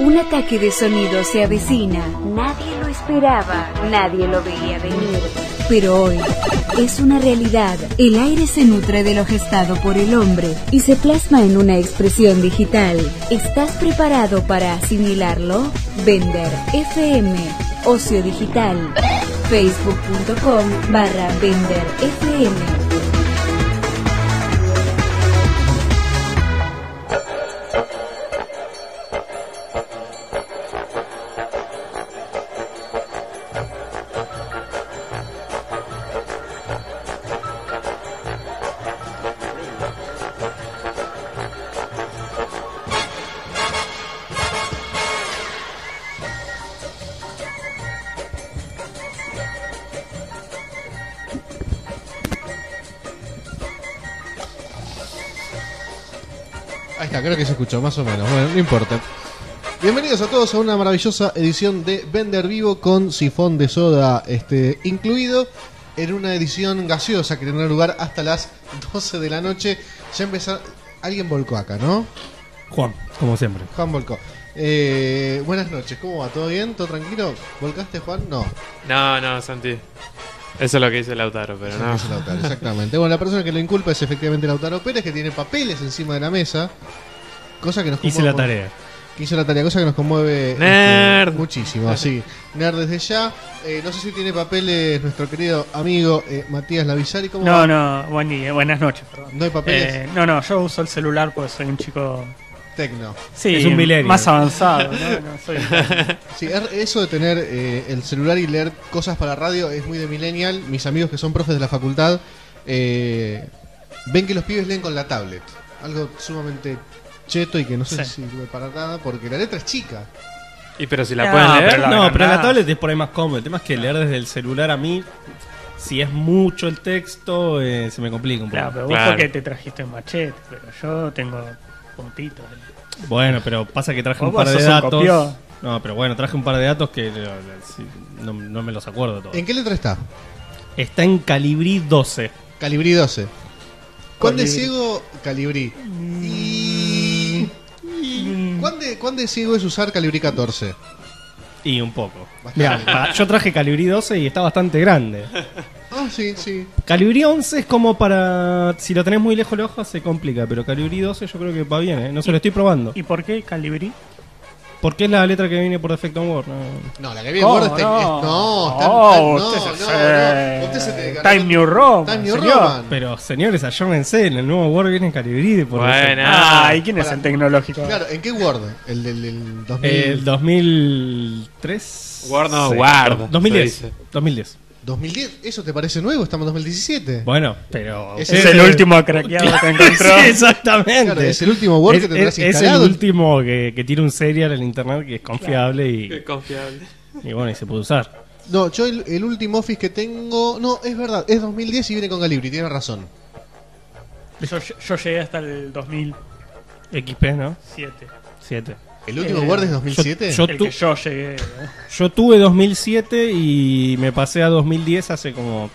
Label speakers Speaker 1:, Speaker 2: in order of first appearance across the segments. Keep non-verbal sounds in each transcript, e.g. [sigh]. Speaker 1: Un ataque de sonido se avecina. Nadie lo esperaba, nadie lo veía venir. Pero hoy es una realidad. El aire se nutre de lo gestado por el hombre y se plasma en una expresión digital. ¿Estás preparado para asimilarlo? Vender FM, ocio digital. Facebook.com barra Vender FM.
Speaker 2: Ahí está, creo que se escuchó, más o menos. Bueno, no importa. Bienvenidos a todos a una maravillosa edición de Vender Vivo con sifón de soda este, incluido en una edición gaseosa que tendrá lugar hasta las 12 de la noche. Ya empezar. Alguien volcó acá, ¿no?
Speaker 3: Juan, como siempre.
Speaker 2: Juan volcó. Eh, buenas noches, ¿cómo va? ¿Todo bien? ¿Todo tranquilo? ¿Volcaste, Juan? No.
Speaker 4: No, no, Santi. Eso es lo que dice Lautaro, pero no.
Speaker 2: Es Lautaro, exactamente. Bueno, la persona que lo inculpa es efectivamente Lautaro Pérez, que tiene papeles encima de la mesa. Cosa que nos
Speaker 3: Hice la
Speaker 2: conmueve-
Speaker 3: tarea.
Speaker 2: que hizo la tarea, cosa que nos conmueve este,
Speaker 4: Nerd.
Speaker 2: muchísimo.
Speaker 5: [laughs]
Speaker 2: Así, nerd desde ya. Eh, no sé si tiene papeles nuestro querido amigo eh, Matías Lavizari. ¿Cómo
Speaker 5: No,
Speaker 2: va?
Speaker 5: no, buen día, buenas noches, perdón.
Speaker 2: No hay papeles.
Speaker 5: Eh, no, no, yo uso el celular porque soy un chico
Speaker 2: Tecno.
Speaker 5: sí,
Speaker 3: Es un millennial.
Speaker 5: más avanzado. [laughs] ¿no? No, soy-
Speaker 2: Sí, er- eso de tener eh, el celular y leer cosas para radio es muy de millennial. Mis amigos que son profes de la facultad eh, ven que los pibes leen con la tablet. Algo sumamente cheto y que no sé
Speaker 5: Sí.
Speaker 2: si sirve para nada porque la letra es chica.
Speaker 4: Y pero si la
Speaker 5: No,
Speaker 4: pueden leer.
Speaker 5: pero la-
Speaker 3: Eh, No, pero la
Speaker 5: nada.
Speaker 3: tablet es por ahí más cómodo. El tema es que leer desde el celular a mí, si es mucho el texto, eh, se me complica un poco.
Speaker 5: Claro, pero vos
Speaker 4: Claro.
Speaker 5: porque te trajiste un machete, pero yo tengo puntitos.
Speaker 3: Bueno, pero pasa que traje un
Speaker 5: Vos
Speaker 3: par de
Speaker 5: sos un
Speaker 3: datos.
Speaker 5: copión.
Speaker 3: No, pero bueno, traje un par de datos que eh, sí, no, no me los acuerdo todos.
Speaker 2: ¿En qué letra está?
Speaker 3: Está en Calibrí 12.
Speaker 2: Calibrí 12. ¿Cuán de
Speaker 5: Colibrí.
Speaker 2: ciego Calibrí?
Speaker 5: Mm.
Speaker 2: Y... ¿Cuán de, cuán de ciego es usar Calibrí 14?
Speaker 3: Y un poco.
Speaker 2: Bastante.
Speaker 3: Mirá, pa- yo traje Calibrí 12 y está bastante grande.
Speaker 2: Ah, sí, sí.
Speaker 3: Calibrí 11 es como para. Si lo tenés muy lejos el ojo, se complica. Pero Calibrí 12 yo creo que va bien, ¿eh? No se lo estoy probando.
Speaker 5: ¿Y por qué Calibrí?
Speaker 3: Porque es la letra que viene por defecto en Word. ¿no?
Speaker 2: No, la que viene
Speaker 5: ¿Cómo
Speaker 2: gorda está-
Speaker 5: Oh, no?
Speaker 2: es- este- No, está, está-
Speaker 5: No, usted
Speaker 2: no,
Speaker 5: se
Speaker 2: no,
Speaker 5: hace-
Speaker 2: no. Usted se tiene que
Speaker 5: Time
Speaker 2: agarrar-
Speaker 5: New Roman,
Speaker 2: Time New
Speaker 5: señor.
Speaker 2: Roman.
Speaker 3: Pero señores, ayórmense. En el nuevo Word viene en Calibrí de por defecto.
Speaker 4: Buena.
Speaker 5: Ah, ¿y quién es
Speaker 2: para-
Speaker 5: el tecnológico?
Speaker 2: Claro, ¿en qué Word? El del del 2000,
Speaker 3: El 2003.
Speaker 4: Word no,
Speaker 3: Sí,
Speaker 4: Word,
Speaker 3: 2010.
Speaker 4: se dice.
Speaker 3: 2010.
Speaker 2: 2010. ¿Eso te parece nuevo? Estamos en 2017.
Speaker 3: Bueno, pero.
Speaker 2: Ese [laughs]
Speaker 5: Es
Speaker 2: Sí.
Speaker 5: el último craqueado que encontró.
Speaker 3: Sí, exactamente.
Speaker 2: Claro, es el último Word
Speaker 3: Es-
Speaker 2: que tendrás
Speaker 3: es- es el
Speaker 2: instalado.
Speaker 3: último que, que tiene un serial en internet que es confiable
Speaker 4: Qué
Speaker 3: y,
Speaker 4: confiable.
Speaker 3: y bueno, y se puede usar.
Speaker 2: No, yo el, el último Office que tengo. No, es verdad, es 2010 y viene con Calibri, tienes razón.
Speaker 5: Yo, yo llegué hasta el 2007.
Speaker 3: XP, ¿no? 7.
Speaker 2: ¿El último
Speaker 5: Eh,
Speaker 2: Word es 2007?
Speaker 3: yo-
Speaker 5: El
Speaker 3: Tú-
Speaker 5: que yo llegué. ¿eh?
Speaker 3: Yo tuve 2007 y me pasé a 2010 hace como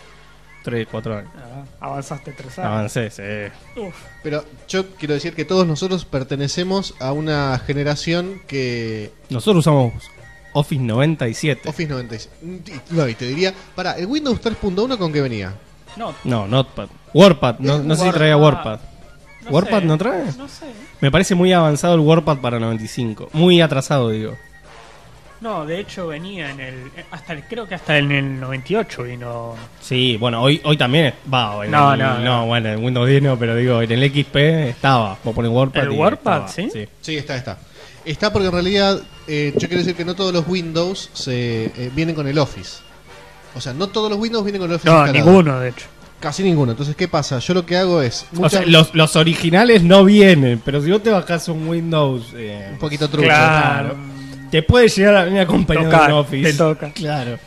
Speaker 3: 3, 4 años.
Speaker 5: Ah, avanzaste tres años.
Speaker 3: Avancé, sí.
Speaker 5: Uf.
Speaker 2: Pero yo quiero decir que todos nosotros pertenecemos a una generación que.
Speaker 3: Nosotros usamos Office 97.
Speaker 2: Office 96. Mm, ti- No, y te diría. Pará, ¿el Windows 3.1 con qué venía?
Speaker 5: No,
Speaker 3: No, Notepad. Warpad. No, no sé si traía Warpad.
Speaker 5: Warpad.
Speaker 3: ¿Warpad
Speaker 5: sé.
Speaker 3: no trae?
Speaker 5: No sé.
Speaker 3: Me parece muy avanzado el Warpad para 95. Muy atrasado, digo.
Speaker 5: No, de hecho venía en el. hasta el- Creo que hasta en el 98 vino.
Speaker 3: Sí, bueno, hoy, hoy también es- va. en
Speaker 5: No,
Speaker 3: el-
Speaker 5: no, no.
Speaker 3: bueno, en Windows 10 no, pero digo, en el XP estaba. Vos pones Warpad.
Speaker 5: ¿El
Speaker 3: y
Speaker 5: Warpad,
Speaker 3: estaba,
Speaker 5: sí?
Speaker 2: Sí, está, está. Está porque en realidad. eh, yo quiero decir que no todos los Windows se eh, vienen con el Office. O sea, no todos los Windows vienen con el Office.
Speaker 5: No,
Speaker 2: instalado.
Speaker 5: ninguno, de hecho.
Speaker 2: Casi ninguno. Entonces, ¿qué pasa? Yo lo que hago es.
Speaker 3: O
Speaker 2: muchas-
Speaker 3: sea, los, los originales no vienen, pero si vos te bajás un Windows. eh,
Speaker 2: Un poquito trucho.
Speaker 5: Claro.
Speaker 3: Te puede llegar a venir acompañado
Speaker 5: Tocar,
Speaker 3: de un Office.
Speaker 5: te toca.
Speaker 3: Claro.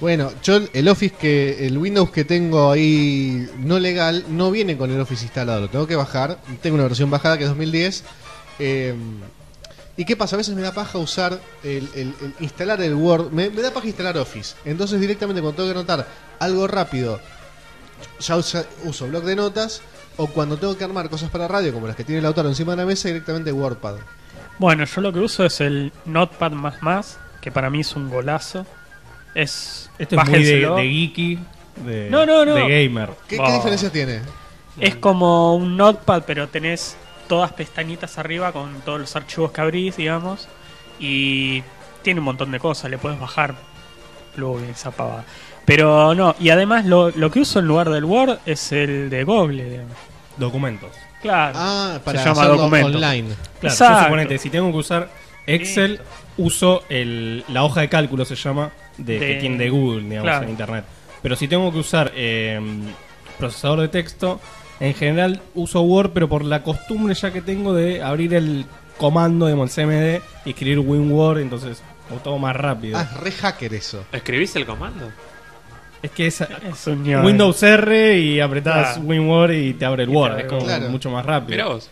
Speaker 2: Bueno, yo el- el Office que el Windows que tengo ahí no legal no viene con el Office instalado, lo tengo que bajar. Tengo una versión bajada que es 2010. eh, ¿Y qué pasa? A veces me da paja usar el, el- el- instalar el Word, me, me da paja instalar Office. Entonces directamente cuando tengo que anotar algo rápido, ya usa- uso blog de notas o cuando tengo que armar cosas para radio como las que tiene el autor encima de la mesa directamente WordPad.
Speaker 5: Bueno, yo lo que uso es el Notepad más más, que para mí es un golazo. Es.
Speaker 3: Esto Este es muy de,
Speaker 5: bájenselo.
Speaker 3: de geeky, de,
Speaker 5: No, no, no.
Speaker 3: de gamer.
Speaker 2: ¿Qué, qué
Speaker 5: Bah.
Speaker 2: diferencia tiene?
Speaker 5: Es como un notepad, pero tenés todas pestañitas arriba con todos los archivos que abrís, digamos. Y tiene un montón de cosas, le puedes bajar plugins, esa pavada. Pero no, y además lo, lo que uso en lugar del Word es el de Google. digamos.
Speaker 3: Documentos.
Speaker 5: Claro.
Speaker 2: Ah, para
Speaker 5: llama
Speaker 2: hacerlo
Speaker 5: documento.
Speaker 2: online.
Speaker 3: Claro,
Speaker 5: Exacto.
Speaker 3: yo suponete, si tengo que usar Excel,
Speaker 5: Listo.
Speaker 3: uso el, la hoja de cálculo, se llama, de,
Speaker 5: De-
Speaker 3: que tiene de Google, digamos,
Speaker 5: Claro.
Speaker 3: en Internet. Pero si tengo que usar eh, procesador de texto, en general uso Word, pero por la costumbre ya que tengo de abrir el comando de CMD y escribir WinWord, entonces lo todo más rápido.
Speaker 2: Ah, es re hacker eso.
Speaker 4: ¿Escribís el comando?
Speaker 3: Es que es
Speaker 5: Es un ñoño.
Speaker 3: Windows R y apretás
Speaker 5: Claro.
Speaker 3: WinWord y te abre el
Speaker 5: Y te
Speaker 3: Word,
Speaker 5: abre
Speaker 3: es como
Speaker 2: Word.
Speaker 3: mucho más rápido.
Speaker 4: Mirá vos.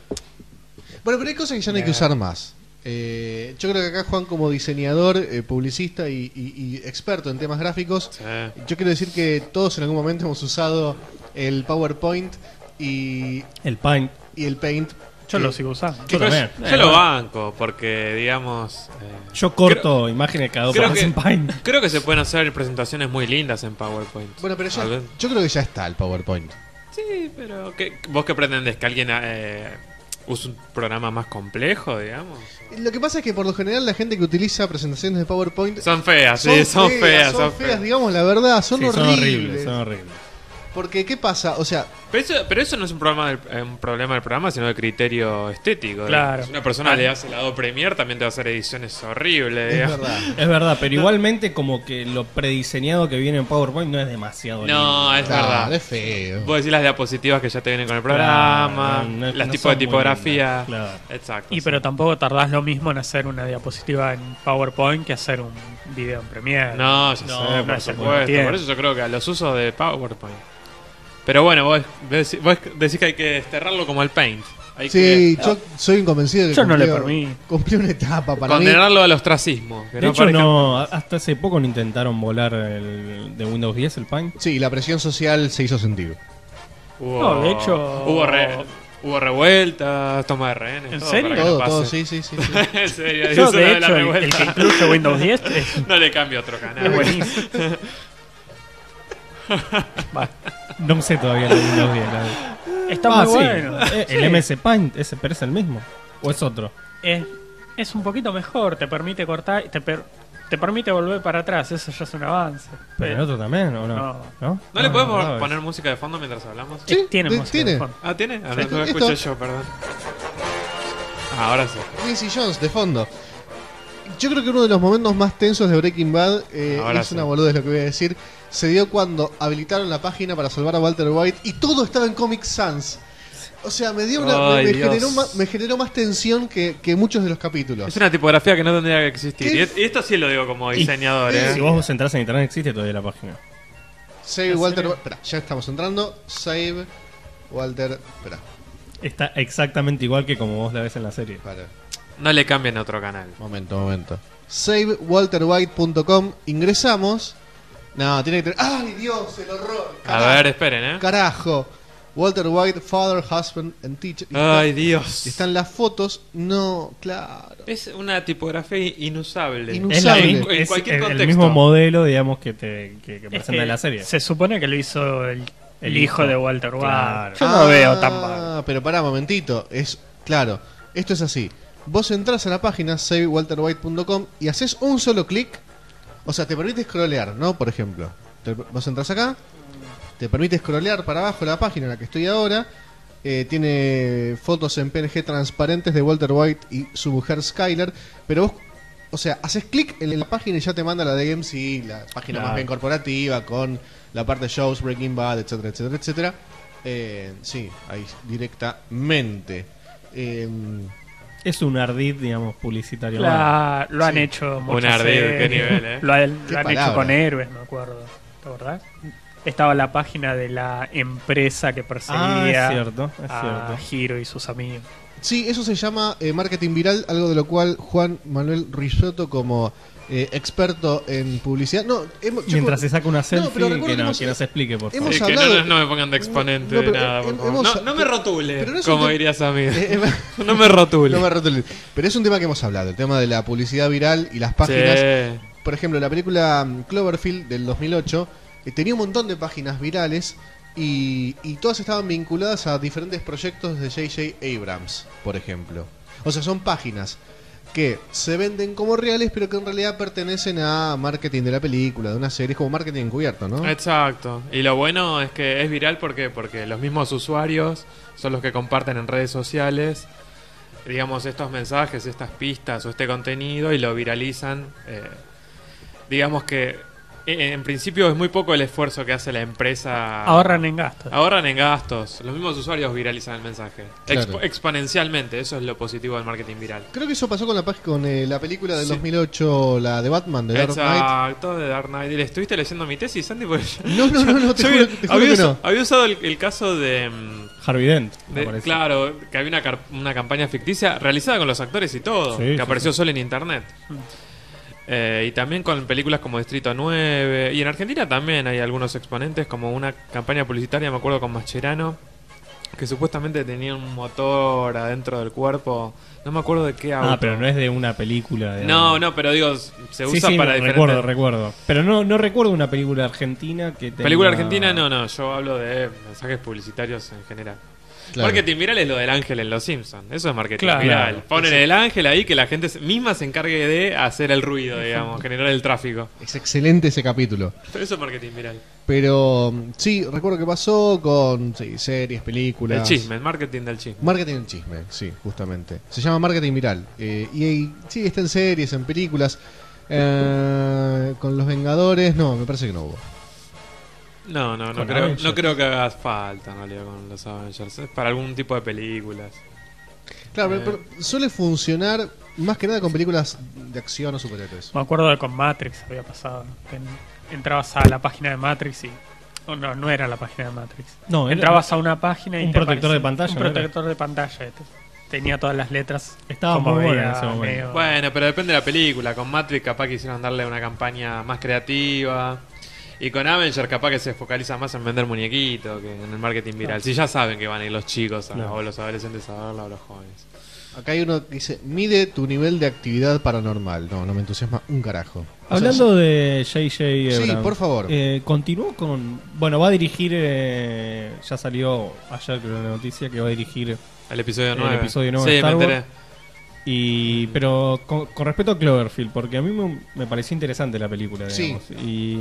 Speaker 2: Bueno, pero hay cosas que ya no hay que
Speaker 5: Nah.
Speaker 2: usar más. Eh, yo creo que acá Juan como diseñador, eh, publicista y, y- y experto en temas gráficos,
Speaker 4: Sí.
Speaker 2: yo quiero decir que todos en algún momento hemos usado el PowerPoint y,
Speaker 3: El Paint.
Speaker 2: y el Paint.
Speaker 5: Yo
Speaker 2: que-
Speaker 5: lo sigo usando.
Speaker 3: Yo también.
Speaker 4: Yo, yo lo banco, porque digamos. eh,
Speaker 3: Yo corto imágenes cada dos
Speaker 4: creo
Speaker 3: horas
Speaker 4: que-
Speaker 3: en Paint.
Speaker 4: Creo que se pueden hacer presentaciones muy lindas en PowerPoint.
Speaker 2: Bueno, pero ya,
Speaker 4: Tal vez.
Speaker 2: yo creo que ya está el PowerPoint.
Speaker 4: Sí, pero ¿qué- ¿vos qué pretendés? ¿Que alguien eh, use un programa más complejo, digamos?
Speaker 2: Lo que pasa es que por lo general la gente que utiliza presentaciones de PowerPoint
Speaker 4: Son feas, sí, son feas, son feas.
Speaker 2: digamos la verdad, son,
Speaker 3: Sí,
Speaker 2: horribles.
Speaker 3: son horribles.
Speaker 2: Porque, ¿qué pasa? O sea,
Speaker 4: Pero eso, pero eso no es un, programa del- eh, un problema del programa, sino de criterio estético.
Speaker 5: Claro.
Speaker 4: Si una persona
Speaker 3: Ah.
Speaker 4: le hace la do Premiere, también te va a hacer ediciones horribles.
Speaker 2: es
Speaker 4: digamos.
Speaker 2: verdad.
Speaker 3: Es verdad, pero igualmente como que lo prediseñado que viene en PowerPoint no es demasiado lindo.
Speaker 4: No, es
Speaker 2: Claro,
Speaker 4: verdad.
Speaker 2: es feo.
Speaker 4: Vos decís las diapositivas que ya te vienen con el
Speaker 3: Claro,
Speaker 4: programa,
Speaker 3: no-
Speaker 4: las
Speaker 3: no
Speaker 4: tipos
Speaker 3: son
Speaker 4: de
Speaker 3: muy
Speaker 4: tipografía.
Speaker 3: lindas, claro.
Speaker 4: Exacto.
Speaker 5: Y
Speaker 4: sí.
Speaker 5: pero tampoco tardás lo mismo en hacer una diapositiva en PowerPoint que hacer un video en Premiere.
Speaker 4: No,
Speaker 3: No,
Speaker 4: ya sé,
Speaker 3: no
Speaker 4: por
Speaker 5: es el mismo
Speaker 4: supuesto.
Speaker 5: tiempo.
Speaker 4: Por eso yo creo que a los usos de PowerPoint. Pero bueno, vos, deci- vos decís que hay que desterrarlo como el Paint. Hay
Speaker 2: Sí,
Speaker 4: que
Speaker 2: yo soy inconvencido de que
Speaker 5: Yo no le
Speaker 2: cumplió-
Speaker 5: permito.
Speaker 2: cumplió una etapa para mí.
Speaker 4: condenarlo al ostracismo. que
Speaker 3: De
Speaker 4: no
Speaker 3: hecho,
Speaker 4: parezca-
Speaker 3: no, hasta hace poco no intentaron volar el de Windows 10 el Paint.
Speaker 2: Sí, la presión social se hizo sentir.
Speaker 4: Hubo,
Speaker 5: No, de hecho-
Speaker 4: Hubo, re- hubo revueltas, toma de rehenes.
Speaker 5: ¿En
Speaker 4: todo
Speaker 5: serio?
Speaker 4: para que no
Speaker 2: Todo,
Speaker 4: pase.
Speaker 2: todo, sí, sí, sí. sí.
Speaker 4: [laughs] en serio,
Speaker 5: Yo,
Speaker 4: eso
Speaker 5: de
Speaker 4: de la
Speaker 5: hecho, el, el
Speaker 4: [laughs] revuelta.
Speaker 5: que incluye Windows 10 es
Speaker 4: [laughs] No le cambio otro canal.
Speaker 5: buenísimo. Va,
Speaker 3: No sé todavía el de Windows 10. la verdad.
Speaker 5: Está
Speaker 3: Ah,
Speaker 5: muy
Speaker 3: sí.
Speaker 5: bueno.
Speaker 3: Eh,
Speaker 5: Sí.
Speaker 3: El MS Paint, ese, pero es el mismo. ¿O es otro?
Speaker 5: Es, es un poquito mejor, te permite cortar, te, per- te permite volver para atrás, eso ya es un avance.
Speaker 3: ¿Pero
Speaker 5: Eh,
Speaker 3: el otro también o no?
Speaker 5: No.
Speaker 3: ¿No? Ah,
Speaker 4: ¿No le podemos
Speaker 3: no,
Speaker 4: poner música de fondo mientras hablamos?
Speaker 5: eh,
Speaker 2: Sí,
Speaker 5: tiene
Speaker 2: de-
Speaker 5: música
Speaker 2: tiene.
Speaker 5: de fondo.
Speaker 4: Ah, ¿tiene? Ah, no,
Speaker 2: Esto-
Speaker 4: no lo escuché
Speaker 2: esto-
Speaker 4: yo, perdón. Ah, ahora sí.
Speaker 2: Quincy Jones, de fondo. Yo creo que uno de los momentos más tensos de Breaking Bad eh,
Speaker 4: Ahora
Speaker 2: es
Speaker 4: sí.
Speaker 2: una boludez lo que voy a decir. Se dio cuando habilitaron la página para salvar a Walter White y todo estaba en Comic Sans. O sea, me dio una- me-
Speaker 4: Ay,
Speaker 2: me,
Speaker 4: Dios.
Speaker 2: generó más, me generó más tensión que, que muchos de los capítulos.
Speaker 4: Es una tipografía que no tendría que existir.
Speaker 2: ¿Qué?
Speaker 4: Y es- Y esto sí lo digo como
Speaker 3: Y-
Speaker 4: diseñador, ¿eh?
Speaker 3: Si vos entras en internet existe todavía la página.
Speaker 2: Save Walter. White- Espera, ya estamos entrando. Save Walter. Espera,
Speaker 3: Está exactamente igual que como vos la ves en la serie.
Speaker 2: para.
Speaker 4: No le cambien a otro canal.
Speaker 2: Momento, momento. SaveWalterWhite.com. Ingresamos. No, tiene que tener. ¡Ay, Dios! El horror.
Speaker 4: A
Speaker 2: Carajo.
Speaker 4: ver, esperen, ¿eh?
Speaker 2: Carajo. Walter White, father, husband and teacher. Y
Speaker 4: Ay,
Speaker 2: está-
Speaker 4: Dios.
Speaker 2: y están las fotos. No, claro.
Speaker 4: Es una tipografía inusable.
Speaker 2: Inus-
Speaker 3: Es, la
Speaker 2: Usable.
Speaker 3: mi-
Speaker 4: En
Speaker 3: es
Speaker 4: cualquier
Speaker 3: el- el,
Speaker 4: contexto.
Speaker 3: mismo modelo, digamos, que, te, que, que
Speaker 5: Es
Speaker 3: presenta
Speaker 5: que
Speaker 3: la serie.
Speaker 5: Se supone que lo hizo el,
Speaker 3: El
Speaker 5: el hijo,
Speaker 3: hijo.
Speaker 5: de Walter White.
Speaker 3: Claro.
Speaker 5: Yo no
Speaker 2: Ah,
Speaker 5: veo tan mal.
Speaker 2: Pero pará, momentito. Es claro. Esto es así. Vos entras a la página savewalterwhite.com y haces un solo clic. O sea, te permite scrollear, ¿no? Por ejemplo, te- vos entras acá, te permite scrollear para abajo la página en la que estoy ahora. eh, tiene fotos en PNG transparentes de Walter White y su mujer Skyler. Pero vos, o sea, haces clic en la página y ya te manda la de MC, la página más
Speaker 3: Claro.
Speaker 2: bien corporativa, con la parte de shows, Breaking Bad, etcétera, etcétera, etcétera. Eh, sí, ahí directamente. Eh,
Speaker 3: Es un ardid, digamos, publicitario. más.
Speaker 5: La- lo han
Speaker 2: Sí.
Speaker 5: hecho muchas
Speaker 4: ardid,
Speaker 5: series.
Speaker 4: qué nivel, ¿eh?
Speaker 5: [laughs] Lo, han-
Speaker 2: Qué
Speaker 5: lo han
Speaker 2: palabra.
Speaker 5: hecho con héroes, me acuerdo. ¿Te acordás? Estaba la página de la empresa que
Speaker 3: Ah, es
Speaker 5: perseguía
Speaker 3: cierto, es
Speaker 5: a
Speaker 3: cierto.
Speaker 5: Hiro y sus amigos.
Speaker 2: Sí, eso se llama eh, marketing viral, algo de lo cual Juan Manuel Risotto como eh, experto en publicidad. No, hemos- yo
Speaker 3: Mientras se
Speaker 2: creo-
Speaker 3: saca una selfie,
Speaker 2: pero recuerdo
Speaker 3: que,
Speaker 2: que
Speaker 3: no,
Speaker 2: hemos-
Speaker 3: que nos explique, por favor.
Speaker 2: hemos
Speaker 4: Sí, Eh, que
Speaker 2: hablado-
Speaker 4: no, no- no me pongan de exponente
Speaker 2: No, no,
Speaker 4: de
Speaker 2: pero,
Speaker 4: nada, por
Speaker 2: eh,
Speaker 4: favor.
Speaker 2: hemos-
Speaker 4: No, no me rotule,
Speaker 2: pero no es un
Speaker 4: como
Speaker 2: te-
Speaker 4: dirías a mí.
Speaker 2: Eh, eh,
Speaker 4: [laughs] No me rotule.
Speaker 2: no me rotule. Pero es un tema que hemos hablado, el tema de la publicidad viral y las páginas.
Speaker 4: Sí.
Speaker 2: Por ejemplo, la película mm, Cloverfield del 2008 eh, tenía un montón de páginas virales y, y todas estaban vinculadas a diferentes proyectos de J.J. Abrams, por ejemplo. O sea, son páginas que se venden como reales, pero que en realidad pertenecen a marketing de la película, de una serie, es como marketing encubierto, ¿no?
Speaker 4: Exacto. Y lo bueno es que es viral ¿por qué? porque los mismos usuarios son los que comparten en redes sociales, digamos, estos mensajes, estas pistas o este contenido y lo viralizan. eh, digamos que eh, en principio es muy poco el esfuerzo que hace la
Speaker 3: Ah.
Speaker 4: empresa.
Speaker 5: Ahorran en gastos.
Speaker 4: Ahorran en gastos. Los mismos usuarios viralizan el mensaje.
Speaker 2: Claro.
Speaker 4: Expo- exponencialmente. Eso es lo positivo del marketing viral.
Speaker 2: Creo que eso pasó con la, pag- con, eh, la película del
Speaker 4: Sí.
Speaker 2: 2008, la de Batman, de Dark Knight.
Speaker 4: Exacto, de Dark Knight. ¿Estuviste leyendo mi tesis, Sandy? Porque
Speaker 2: No,
Speaker 4: yo-
Speaker 2: [laughs] no, no, no, te
Speaker 4: yo
Speaker 2: juro,
Speaker 4: había,
Speaker 2: te juro
Speaker 4: había
Speaker 2: que
Speaker 4: usa-
Speaker 2: no.
Speaker 4: había usado el, el caso de. mm,
Speaker 3: Harvey Dent, me
Speaker 4: de-
Speaker 3: parece.
Speaker 4: claro, que había una, car- una campaña ficticia realizada con los actores y todo,
Speaker 3: Sí,
Speaker 4: que
Speaker 3: sí,
Speaker 4: apareció
Speaker 3: sí.
Speaker 4: solo en internet. Eh, y también con películas como Distrito 9. Y en Argentina también hay algunos exponentes, como una campaña publicitaria, me acuerdo, con Mascherano, que supuestamente tenía un motor adentro del cuerpo. No me acuerdo de qué auto.
Speaker 3: Ah, pero no es de una película. de-
Speaker 4: No, no, pero digo, se
Speaker 3: Sí,
Speaker 4: usa
Speaker 3: sí,
Speaker 4: para diferentes...
Speaker 3: recuerdo, recuerdo. Pero no, no recuerdo una película argentina que tenga...
Speaker 4: Película argentina, no, no, yo hablo de mensajes publicitarios en general.
Speaker 2: Claro.
Speaker 4: Marketing viral es lo del ángel en Los Simpsons, eso es marketing
Speaker 5: Claro.
Speaker 4: viral.
Speaker 3: Claro.
Speaker 4: Ponen el ángel ahí que la gente se- misma se encargue de hacer el ruido, digamos, generar el tráfico.
Speaker 2: Es excelente ese capítulo.
Speaker 4: Pero eso es marketing viral.
Speaker 2: Pero mm, sí, recuerdo que pasó con sí, series, películas.
Speaker 4: El chisme, el marketing del chisme.
Speaker 2: Marketing en chisme, sí, justamente. Se llama marketing viral. Eh, y, y sí, está en series, en películas. Eh, con los Vengadores, no, me parece que no hubo.
Speaker 4: No, no, no
Speaker 3: Con
Speaker 4: creo,
Speaker 3: Avengers.
Speaker 4: no creo que hagas falta en realidad con los Avengers. Es para algún tipo de películas.
Speaker 2: Claro,
Speaker 4: Eh.
Speaker 2: pero, pero suele funcionar más que nada con películas de acción o superhéroes.
Speaker 5: Me acuerdo de con Matrix había pasado. Ten- entrabas a la página de Matrix y. o no, no era la página de Matrix.
Speaker 3: No, era-
Speaker 5: entrabas a una página y.
Speaker 3: un
Speaker 5: te
Speaker 3: protector
Speaker 5: aparecía-
Speaker 3: de pantalla,
Speaker 5: Un
Speaker 3: ¿no era?
Speaker 5: protector de pantalla. Te- Tenía todas las letras.
Speaker 3: Estaba
Speaker 5: como
Speaker 3: muy buena
Speaker 5: veía
Speaker 3: en ese momento.
Speaker 5: Neo.
Speaker 4: Bueno, pero depende de la película. Con Matrix capaz quisieron darle una campaña más creativa. Y con Avengers capaz que se focaliza más en vender muñequitos que en el marketing viral. Si ya saben que van a ir los chicos a-
Speaker 3: Claro.
Speaker 4: o los adolescentes a verla o los jóvenes.
Speaker 2: Acá hay uno que dice: mide tu nivel de actividad paranormal. No, no me entusiasma un carajo. O sea,
Speaker 3: Hablando de J.J.
Speaker 2: Sí,
Speaker 3: Abrams,
Speaker 2: por favor.
Speaker 3: eh, continuó con. Bueno, va a dirigir. eh, ya salió ayer, creo, la noticia que va a dirigir.
Speaker 4: El episodio
Speaker 3: El
Speaker 4: 9.
Speaker 3: episodio nueve
Speaker 4: sí,
Speaker 3: de Star
Speaker 4: me enteré.
Speaker 3: Wars.
Speaker 4: Mm.
Speaker 3: y Pero con, con respecto a Cloverfield, porque a mí me, me pareció interesante la película.
Speaker 2: Sí.
Speaker 3: Digamos, y,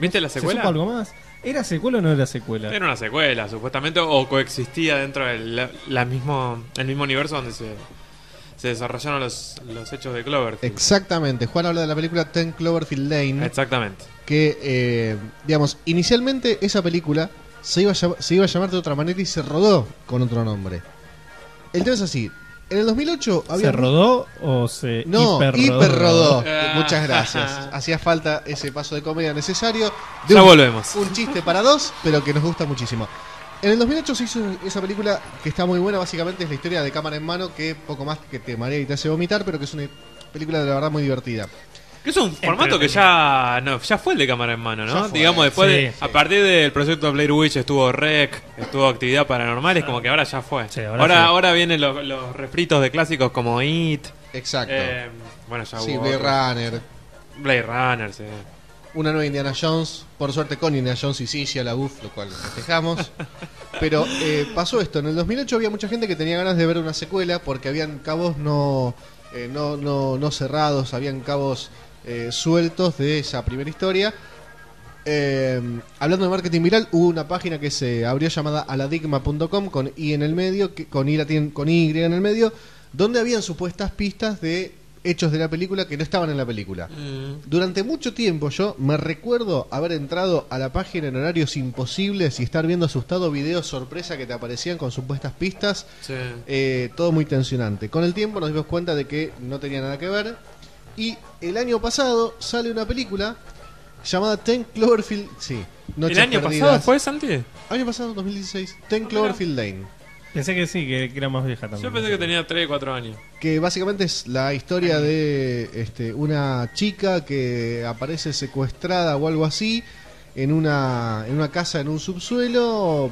Speaker 4: ¿Viste la
Speaker 3: ¿se
Speaker 4: secuela?
Speaker 3: supo algo más? ¿Era secuela o no era secuela?
Speaker 4: Era una secuela, supuestamente, o coexistía dentro del la- la mismo, el mismo universo donde se, se desarrollaron los, los hechos de Cloverfield.
Speaker 2: Exactamente, Juan habla de la película Ten Cloverfield Lane.
Speaker 4: Exactamente.
Speaker 2: que, eh, digamos, inicialmente esa película se iba, a llam- se iba a llamar de otra manera y se rodó con otro nombre. El tema es así. En el 2008 había...
Speaker 3: ¿Se rodó o se
Speaker 2: No,
Speaker 3: hiperrodó?
Speaker 2: hiperrodó.
Speaker 4: Ah.
Speaker 2: Muchas gracias. Hacía falta ese paso de comedia necesario. De
Speaker 4: Ya
Speaker 2: un-
Speaker 4: volvemos.
Speaker 2: un chiste para dos, pero que nos gusta muchísimo. En el 2008 se hizo esa película que está muy buena, básicamente es la historia de cámara en mano, que poco más que te marea y te hace vomitar, pero que es una película de la verdad muy divertida.
Speaker 4: Que es un formato que ya no, ya fue el de cámara en mano,
Speaker 2: Ya
Speaker 4: ¿no?
Speaker 2: fue,
Speaker 4: Digamos, después
Speaker 3: sí,
Speaker 4: de-
Speaker 3: sí.
Speaker 4: a partir del proyecto Blair Witch estuvo Rec, estuvo Actividad Paranormal, es como que ahora ya fue.
Speaker 3: Sí, ahora
Speaker 4: ahora ahora,
Speaker 3: sí.
Speaker 4: vienen los, los refritos de clásicos como It,
Speaker 2: Exacto.
Speaker 4: eh, bueno, ya
Speaker 2: sí,
Speaker 4: hubo
Speaker 2: Blade
Speaker 4: otros.
Speaker 2: Runner,
Speaker 4: Blade Runner, sí.
Speaker 2: una nueva Indiana Jones, por suerte con Indiana Jones y Cicia la UF, lo cual festejamos. Pero eh, pasó esto, en el 2008 había mucha gente que tenía ganas de ver una secuela porque habían cabos no, eh, no, no, no cerrados, habían cabos eh, sueltos de esa primera historia. Eh, hablando de marketing viral, hubo una página que se abrió llamada aladigma.com con i en el medio, que, con, i la tienen- con y en el medio, donde habían supuestas pistas de hechos de la película que no estaban en la película. Durante mucho tiempo yo me recuerdo haber entrado a la página en horarios imposibles y estar viendo asustado videos sorpresa que te aparecían con supuestas pistas,
Speaker 4: Sí.
Speaker 2: eh, todo muy tensionante. Con el tiempo nos dimos cuenta de que no tenía nada que ver y el año pasado sale una película llamada Ten Cloverfield, sí,
Speaker 4: ¿El
Speaker 2: Noches
Speaker 4: año Ah,
Speaker 2: Perdidas.
Speaker 4: pasado fue, Santi?
Speaker 2: Año pasado 2016, Ten Cloverfield Lane.
Speaker 3: Pensé que sí, que que era más vieja también.
Speaker 4: Yo pensé que tenía 3, 4 años.
Speaker 2: Que básicamente es la historia de este, una chica que aparece secuestrada o algo así en una, en una casa en un subsuelo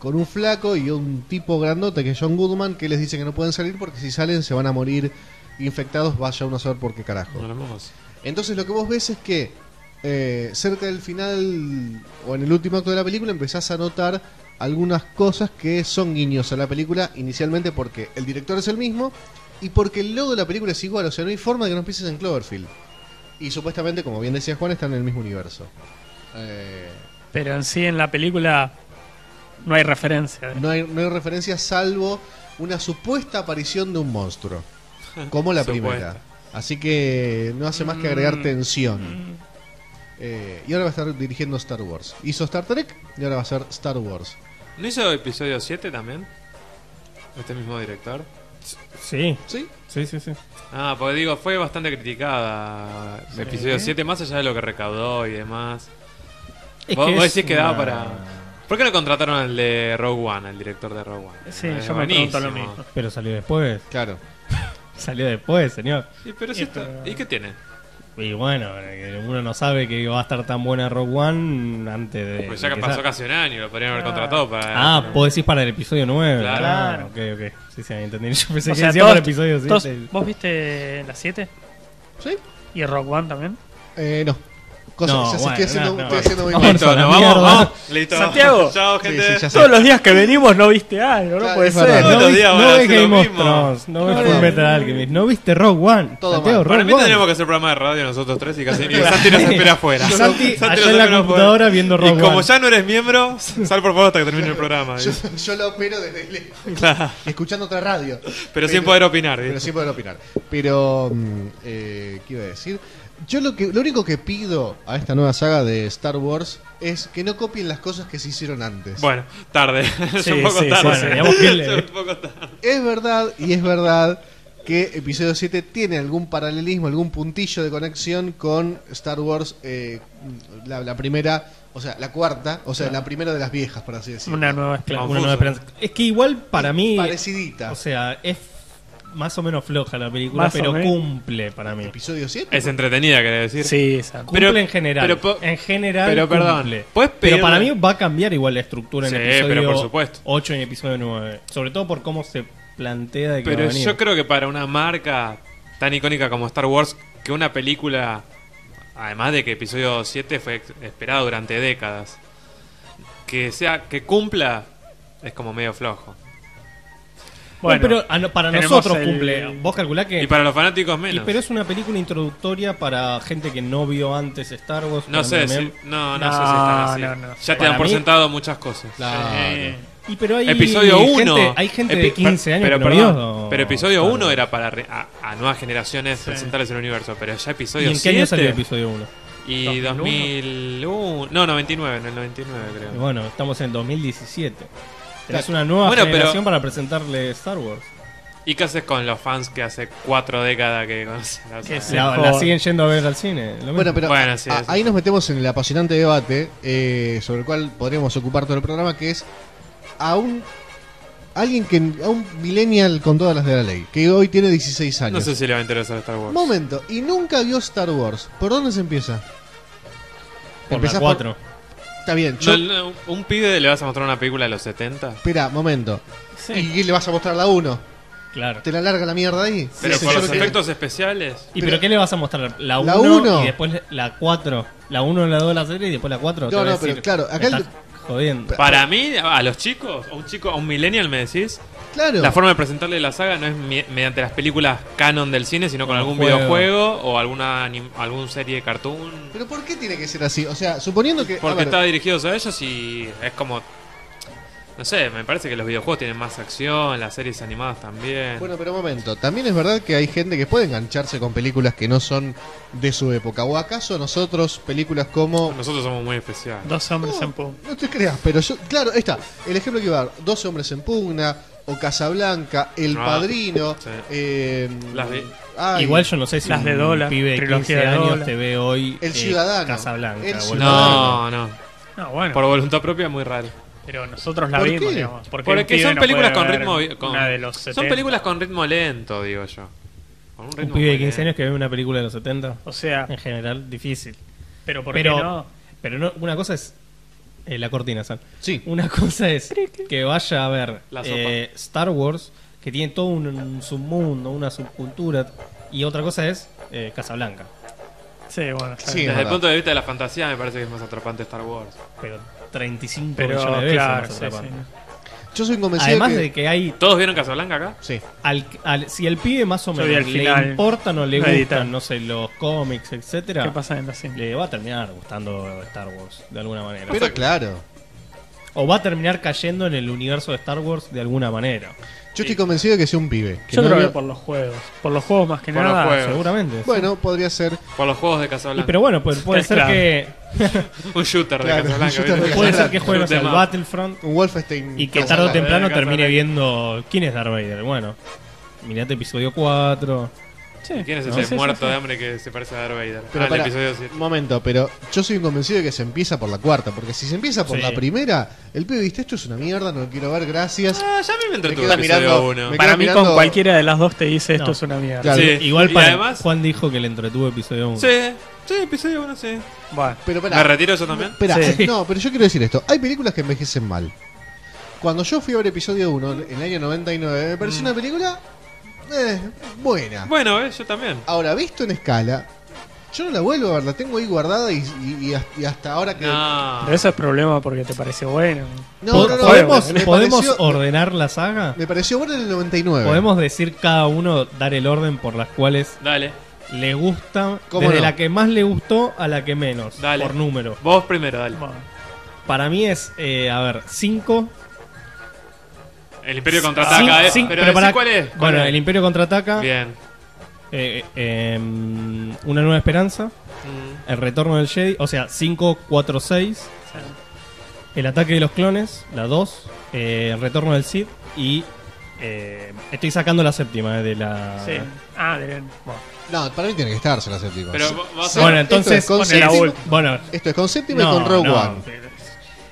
Speaker 2: con un flaco y un tipo grandote que es John Goodman que les dice que no pueden salir porque si salen se van a morir infectados, vaya uno a saber por qué carajo.
Speaker 4: Hermoso.
Speaker 2: Entonces lo que vos ves es que eh, cerca del final o en el último acto de la película empezás a notar algunas cosas que son guiños a la película inicialmente porque el director es el mismo y porque el logo de la película es igual, o sea, no hay forma de que no empieces en Cloverfield. Y supuestamente, como bien decía Juan, están en el mismo universo. Eh,
Speaker 5: Pero en sí, en la película no hay referencia. ¿eh?
Speaker 2: no, hay, no hay referencia salvo una supuesta aparición de un monstruo, como la
Speaker 4: [laughs] Supuesta. Mm.
Speaker 2: primera. Así que no hace más que agregar tensión. Eh, y ahora va a estar dirigiendo Star Wars. Hizo Star Trek y ahora va a ser Star Wars.
Speaker 4: ¿No hizo episodio 7 también? Este mismo director.
Speaker 3: Sí,
Speaker 2: ¿Sí?
Speaker 3: sí, sí, sí.
Speaker 4: Ah, porque digo, fue bastante criticada. Episodio 7, más allá de lo que recaudó y demás.
Speaker 3: Es
Speaker 4: vos,
Speaker 3: que
Speaker 4: vos
Speaker 3: es
Speaker 4: decís que daba
Speaker 3: una-
Speaker 4: para. ¿Por qué lo contrataron al de Rogue One, al director de Rogue One?
Speaker 5: Sí,
Speaker 4: Es
Speaker 5: yo me pregunto lo
Speaker 4: buenísimo.
Speaker 5: mismo.
Speaker 3: Pero salió después.
Speaker 2: Claro.
Speaker 3: Salió después, señor.
Speaker 4: Sí, pero sí
Speaker 5: Y
Speaker 4: está-
Speaker 5: pero-
Speaker 4: ¿Y qué tiene?
Speaker 3: Y bueno, eh, uno no sabe que va a estar tan buena Rogue One antes de.
Speaker 4: Pues ya
Speaker 3: de
Speaker 4: que pasó
Speaker 3: sal-
Speaker 4: casi un año, lo podrían haber
Speaker 5: Claro.
Speaker 4: contratado para.
Speaker 3: Ah, vos decís para el episodio 9.
Speaker 4: Claro.
Speaker 3: Ah, ok, ok. Sí, sí, entendí. [laughs] Yo pensé
Speaker 5: O
Speaker 3: que
Speaker 5: sea,
Speaker 3: decía
Speaker 5: todos-
Speaker 3: para el episodio
Speaker 5: todos-
Speaker 3: 7.
Speaker 5: ¿Vos viste la 7?
Speaker 2: ¿Sí?
Speaker 5: ¿Y Rock One también?
Speaker 2: Eh, no. Cosa,
Speaker 3: No,
Speaker 2: o sea,
Speaker 3: bueno,
Speaker 2: estoy haciendo,
Speaker 3: no, no.
Speaker 2: estoy haciendo muy
Speaker 3: Vamos
Speaker 2: mal.
Speaker 3: a
Speaker 4: Listo,
Speaker 3: la
Speaker 4: nos vamos,
Speaker 3: mierda.
Speaker 4: vamos. Listo.
Speaker 5: Santiago.
Speaker 4: Chao,
Speaker 2: Sí,
Speaker 4: gente.
Speaker 2: sí, ya sé.
Speaker 5: Todos los días que venimos no viste algo, no
Speaker 2: Claro,
Speaker 5: puede
Speaker 2: es verdad.
Speaker 5: ser.
Speaker 4: Todos
Speaker 3: No,
Speaker 4: los
Speaker 3: vi-
Speaker 4: días
Speaker 3: no
Speaker 4: van a
Speaker 3: ves
Speaker 4: decir
Speaker 3: Game
Speaker 4: lo
Speaker 3: of
Speaker 4: mismo.
Speaker 3: Thrones, no ves
Speaker 2: Claro.
Speaker 3: Full Metal Alchemist, no viste Rogue One.
Speaker 2: Todo
Speaker 3: Santiago,
Speaker 2: mal.
Speaker 3: Rogue
Speaker 4: Para mí
Speaker 3: One.
Speaker 4: tenemos que hacer programa de radio nosotros tres y casi y Santi nos
Speaker 3: [laughs]
Speaker 4: espera afuera.
Speaker 3: Santi,
Speaker 4: nos
Speaker 3: allá en la
Speaker 4: espera
Speaker 3: computadora viendo Rogue
Speaker 4: Y como
Speaker 3: One.
Speaker 4: ya no eres miembro, sal por favor hasta que termine el programa.
Speaker 2: Yo,
Speaker 4: ¿sí?
Speaker 2: yo lo opero desde
Speaker 3: [laughs]
Speaker 2: lejos,
Speaker 4: Claro.
Speaker 2: escuchando otra radio.
Speaker 4: Pero sin poder opinar. ¿sí?
Speaker 2: Pero sin poder opinar. Pero, mm, eh, ¿qué iba a decir? Yo lo, que, lo único que pido a esta nueva saga de Star Wars es que no copien las cosas que se hicieron antes.
Speaker 4: Bueno,
Speaker 3: [laughs]
Speaker 4: tarde. es
Speaker 5: Sí,
Speaker 4: un poco
Speaker 5: sí,
Speaker 4: tarde.
Speaker 5: sí, sí.
Speaker 3: Digamos que le-
Speaker 4: [laughs] Es un poco tarde.
Speaker 2: Es verdad, y es verdad que episodio 7 tiene algún paralelismo, algún puntillo de conexión con Star Wars, eh, la, la primera, o sea, la cuarta, o sea, la primera de las viejas, por así decirlo.
Speaker 5: Una nueva esclava.
Speaker 4: Vamos.
Speaker 3: Una nueva esperanza. Es que igual para mí.
Speaker 2: Parecidita.
Speaker 3: O sea, es más o menos floja la película,
Speaker 5: Más o
Speaker 3: pero
Speaker 5: menos.
Speaker 3: cumple para mí.
Speaker 2: episodio 7.
Speaker 4: Es entretenida, quería decir.
Speaker 5: Sí, esa.
Speaker 3: Cumple
Speaker 4: Pero-
Speaker 3: en general.
Speaker 4: pero po-
Speaker 3: en general.
Speaker 4: pero perdón,
Speaker 3: cumple.
Speaker 4: ¿puedes
Speaker 3: Pero
Speaker 4: pedirle-
Speaker 3: para mí va a cambiar igual la estructura en
Speaker 4: Sí,
Speaker 3: episodio
Speaker 4: pero por supuesto.
Speaker 3: 8 y en episodio 9. Sobre todo por cómo se plantea de que va
Speaker 4: Pero
Speaker 3: a venir.
Speaker 4: yo creo que para una marca tan icónica como Star Wars, que una película, además de que episodio 7 fue ex- esperado durante décadas, que sea que cumpla es como medio flojo.
Speaker 3: No,
Speaker 5: Bueno,
Speaker 3: pero a no- para
Speaker 5: tenemos
Speaker 3: nosotros
Speaker 5: el-
Speaker 3: cumple. Vos calculá que.
Speaker 4: Y para los fanáticos
Speaker 3: y-
Speaker 4: menos.
Speaker 3: pero es una película introductoria para gente que no vio antes Star Wars. para
Speaker 4: no
Speaker 3: mí
Speaker 4: sé, si,
Speaker 3: también.
Speaker 4: no, no,
Speaker 5: No,
Speaker 4: sé si están así.
Speaker 5: no, no.
Speaker 4: Ya te
Speaker 3: Para
Speaker 4: dan por
Speaker 3: mí-
Speaker 4: sentado muchas cosas.
Speaker 2: Claro.
Speaker 3: Y pero hay
Speaker 4: Eh, episodio 1.
Speaker 3: gente- hay gente de 15 años
Speaker 4: pero,
Speaker 3: que no
Speaker 4: perdón,
Speaker 3: vio
Speaker 4: pero episodio
Speaker 3: Star
Speaker 4: 1
Speaker 3: Wars.
Speaker 4: era para re- a, a nuevas generaciones presentarles el universo. Pero ya
Speaker 3: ¿Y
Speaker 4: episodio
Speaker 3: en qué año salió
Speaker 4: 7
Speaker 3: episodio 1?
Speaker 4: y 2001. No, 99, en el 99 creo.
Speaker 3: Y bueno, estamos en 2017. Tenés una nueva
Speaker 4: Bueno, pero-
Speaker 3: generación para presentarle Star Wars.
Speaker 4: ¿Y qué haces con los fans que hace cuatro décadas que conocen? O sea,
Speaker 5: Que se-
Speaker 3: La,
Speaker 5: joda.
Speaker 3: la siguen yendo a ver al cine. lo mismo.
Speaker 2: Bueno, pero
Speaker 4: Bueno, sí,
Speaker 2: a-
Speaker 4: sí,
Speaker 2: ahí
Speaker 4: sí.
Speaker 2: nos metemos en el apasionante debate eh, sobre el cual podríamos ocupar todo el programa, que es a un alguien que a un millennial con todas las de la ley, que hoy tiene 16
Speaker 4: no
Speaker 2: años.
Speaker 4: sé si le va a interesar Star Wars.
Speaker 2: Momento, y nunca vio Star Wars. ¿Por dónde se empieza?
Speaker 3: por
Speaker 2: empezás
Speaker 3: la
Speaker 2: por-
Speaker 3: 4.
Speaker 2: Está bien, yo.
Speaker 4: No, no, ¿Un pibe le vas a mostrar una película de los 70?
Speaker 2: Espera, momento.
Speaker 5: Sí.
Speaker 2: ¿Y qué le vas a mostrar la 1?
Speaker 3: Claro.
Speaker 2: ¿Te la larga la mierda ahí?
Speaker 4: Pero
Speaker 2: Sí,
Speaker 4: por
Speaker 2: yo
Speaker 4: los
Speaker 2: creo que-
Speaker 4: efectos especiales.
Speaker 3: ¿Y
Speaker 2: pero-
Speaker 3: pero, qué le vas a mostrar? La
Speaker 2: La
Speaker 3: 1
Speaker 2: uno.
Speaker 3: y después la 4. La 1, la 2, la 3 y después la 4.
Speaker 2: No, no, pero claro, acá el-
Speaker 3: Jodiendo.
Speaker 4: Para mí, a los chicos, a un chico, a un millennial me decís,
Speaker 2: Claro.
Speaker 4: la forma de presentarle la saga no es mi- mediante las películas canon del cine, sino con
Speaker 3: Un
Speaker 4: algún
Speaker 3: juego.
Speaker 4: videojuego o alguna anim- algún serie de cartoon.
Speaker 2: Pero ¿por qué tiene que ser así? O sea, suponiendo que. a
Speaker 4: Porque
Speaker 2: ver,
Speaker 4: está dirigido a ellos y es como... No sé, me parece que los videojuegos tienen más acción, las series animadas también.
Speaker 2: Bueno, pero momento. También es verdad que hay gente que puede engancharse con películas que no son de su época. ¿O acaso nosotros, películas como.
Speaker 4: Nosotros somos muy especiales.
Speaker 5: Dos hombres
Speaker 2: No,
Speaker 5: en pum.
Speaker 2: No te creas, pero yo. Claro, ahí está. El ejemplo que iba a dar: Dos hombres en pugna, o Casablanca, El
Speaker 4: Ah,
Speaker 2: Padrino.
Speaker 4: sí.
Speaker 2: eh,
Speaker 4: Las de-
Speaker 2: ay,
Speaker 3: Igual yo no sé si
Speaker 5: Las de
Speaker 3: un
Speaker 5: dólar,
Speaker 3: pibe de
Speaker 5: trilogía
Speaker 3: 15
Speaker 5: de
Speaker 3: años
Speaker 5: dólar.
Speaker 3: te ve hoy eh,
Speaker 2: El Ciudadano.
Speaker 3: Casablanca.
Speaker 2: El
Speaker 3: boludo.
Speaker 2: Ciudadano.
Speaker 4: No, no.
Speaker 5: No, bueno.
Speaker 4: Por voluntad propia, muy raro.
Speaker 5: Pero nosotros la
Speaker 2: ¿Por
Speaker 5: vimos,
Speaker 2: qué?
Speaker 5: digamos. Porque, un
Speaker 4: Porque
Speaker 5: pibe
Speaker 4: son
Speaker 5: no
Speaker 4: películas
Speaker 5: puede
Speaker 4: con
Speaker 5: ver
Speaker 4: ritmo. vi- con-
Speaker 5: una de los
Speaker 4: son
Speaker 5: 70.
Speaker 4: películas con ritmo lento, digo yo. Con
Speaker 3: Un
Speaker 4: ritmo
Speaker 3: pibe de
Speaker 4: muy
Speaker 3: 15
Speaker 4: lento.
Speaker 3: años que ve una película de los 70,
Speaker 5: O sea,
Speaker 3: en general, difícil.
Speaker 5: pero ¿por
Speaker 3: pero
Speaker 5: qué no?
Speaker 3: pero no, una cosa es eh, la cortina, Sal.
Speaker 2: Sí.
Speaker 3: Una cosa es que vaya a ver
Speaker 4: La sopa.
Speaker 3: eh, Star Wars, que tiene todo un, un submundo, una subcultura, y otra cosa es eh, Casablanca.
Speaker 5: Sí, bueno, claro.
Speaker 2: Sí, es
Speaker 4: Desde el
Speaker 2: verdad.
Speaker 4: punto de vista de la fantasía, me parece que es más atrapante Star Wars.
Speaker 3: Pero 35
Speaker 5: Pero
Speaker 3: millones de veces
Speaker 5: claro,
Speaker 3: más
Speaker 5: sí,
Speaker 3: atrapante.
Speaker 5: sí.
Speaker 2: Yo soy convencido
Speaker 3: Además
Speaker 2: que...
Speaker 3: de que hay
Speaker 4: ¿Todos vieron Casablanca acá?
Speaker 2: Sí.
Speaker 3: al- al- si al pibe más o
Speaker 5: Yo
Speaker 3: menos
Speaker 5: vi
Speaker 3: le
Speaker 5: al final.
Speaker 3: importan o le
Speaker 5: No
Speaker 3: gustan,
Speaker 5: editan.
Speaker 3: no sé, los cómics, etcétera,
Speaker 5: ¿Qué pasa en la cinta?
Speaker 3: le va a terminar gustando Star Wars de alguna manera.
Speaker 2: Pero claro.
Speaker 3: o va a terminar cayendo en el universo de Star Wars de alguna manera.
Speaker 2: Yo estoy convencido de que sea un pibe. que
Speaker 5: Yo
Speaker 2: no
Speaker 5: creo
Speaker 2: había-
Speaker 5: que por los juegos. Por los juegos más que
Speaker 4: Por los
Speaker 5: nada.
Speaker 4: juegos.
Speaker 3: Seguramente. sí.
Speaker 2: Bueno, podría ser.
Speaker 4: Por los juegos de
Speaker 3: Y,
Speaker 4: Casablanca.
Speaker 3: pero bueno, pues puede
Speaker 5: Es
Speaker 3: ser
Speaker 5: claro.
Speaker 3: que
Speaker 4: [laughs] Un shooter de
Speaker 2: Claro, un
Speaker 4: Casablanca.
Speaker 2: shooter de
Speaker 4: ¿viste?
Speaker 3: puede ser
Speaker 2: Casablanca.
Speaker 3: que juegues al
Speaker 4: Tema.
Speaker 3: Battlefront
Speaker 2: Un Wolfenstein.
Speaker 3: y que tarde o
Speaker 4: Casablanca.
Speaker 3: temprano
Speaker 4: Casablanca.
Speaker 3: termine viendo quién es Darth Vader. Bueno, mirate episodio 4.
Speaker 5: Sí,
Speaker 4: ¿Quién es
Speaker 3: No,
Speaker 4: ese
Speaker 3: sí, sí,
Speaker 4: muerto eh. de hambre que se parece a Darth Vader?
Speaker 2: Pero
Speaker 4: ah, el
Speaker 2: pará,
Speaker 4: episodio 7.
Speaker 2: un momento, pero yo soy convencido de que se empieza por la cuarta, porque si se empieza por
Speaker 3: Sí.
Speaker 2: la primera, el pibe viste esto es una mierda, no lo quiero ver, gracias.
Speaker 4: Ah, ya a mí me entretuvo
Speaker 2: quedo
Speaker 4: el episodio
Speaker 2: mirando,
Speaker 4: 1.
Speaker 2: me
Speaker 5: Para mí con
Speaker 2: mirando-
Speaker 5: cualquiera de las dos te dice esto
Speaker 3: No.
Speaker 5: es una mierda.
Speaker 2: Claro.
Speaker 4: Sí.
Speaker 3: Igual
Speaker 4: Y
Speaker 3: para
Speaker 4: además-
Speaker 3: Juan dijo que le entretuvo episodio 1.
Speaker 4: Sí, sí, episodio 1, sí.
Speaker 5: Bueno,
Speaker 2: Pero pará,
Speaker 4: ¿Me retiro eso también?
Speaker 2: Espera,
Speaker 3: Sí.
Speaker 2: no, pero yo quiero decir esto. Hay películas que envejecen mal. Cuando yo fui a ver episodio 1, en el año 99, me
Speaker 3: Mm.
Speaker 2: pareció una película eh, buena.
Speaker 4: Bueno, eh, yo también.
Speaker 2: Ahora, visto en escala, yo no la vuelvo a ver, la tengo ahí guardada y, y- y hasta- y hasta ahora que...
Speaker 4: No.
Speaker 5: pero ese es problema porque te pareció bueno.
Speaker 2: No,
Speaker 3: Po-
Speaker 2: no, no,
Speaker 3: ¿Podemos,
Speaker 2: me
Speaker 3: podemos
Speaker 2: pareció-
Speaker 3: ordenar la saga?
Speaker 2: Me pareció buena en el 99.
Speaker 3: ¿Podemos decir cada uno, dar el orden por las cuales
Speaker 4: Dale,
Speaker 3: le gusta,
Speaker 2: ¿Cómo
Speaker 3: desde
Speaker 2: no?
Speaker 3: la que más le gustó a la que menos,
Speaker 4: Dale.
Speaker 3: por número?
Speaker 4: vos primero, dale.
Speaker 5: Bueno,
Speaker 3: Para mí es, eh, a ver, 5.
Speaker 4: El Imperio contraataca, eh. Pero, decí ¿cuál es? ¿Cuál
Speaker 3: Bueno,
Speaker 4: es?
Speaker 3: el Imperio contraataca,
Speaker 4: Bien.
Speaker 3: eh, eh, mm, Una Nueva Esperanza,
Speaker 4: Mm,
Speaker 3: El Retorno del Jedi, o sea, 5, 4, 6, El Ataque de los Clones, la 2, eh, El Retorno del Cid y... eh, estoy sacando la séptima eh, de la...
Speaker 5: sí. Ah, de bueno.
Speaker 2: No, para mí tiene que estarse la séptima.
Speaker 4: Pero va- va a
Speaker 2: Sí,
Speaker 4: ser-
Speaker 3: Bueno,
Speaker 2: esto es
Speaker 3: entonces...
Speaker 2: con
Speaker 5: con el
Speaker 2: séptima-
Speaker 5: abuelo.
Speaker 3: Bueno,
Speaker 2: Esto es con séptima y con Rogue One.
Speaker 3: pero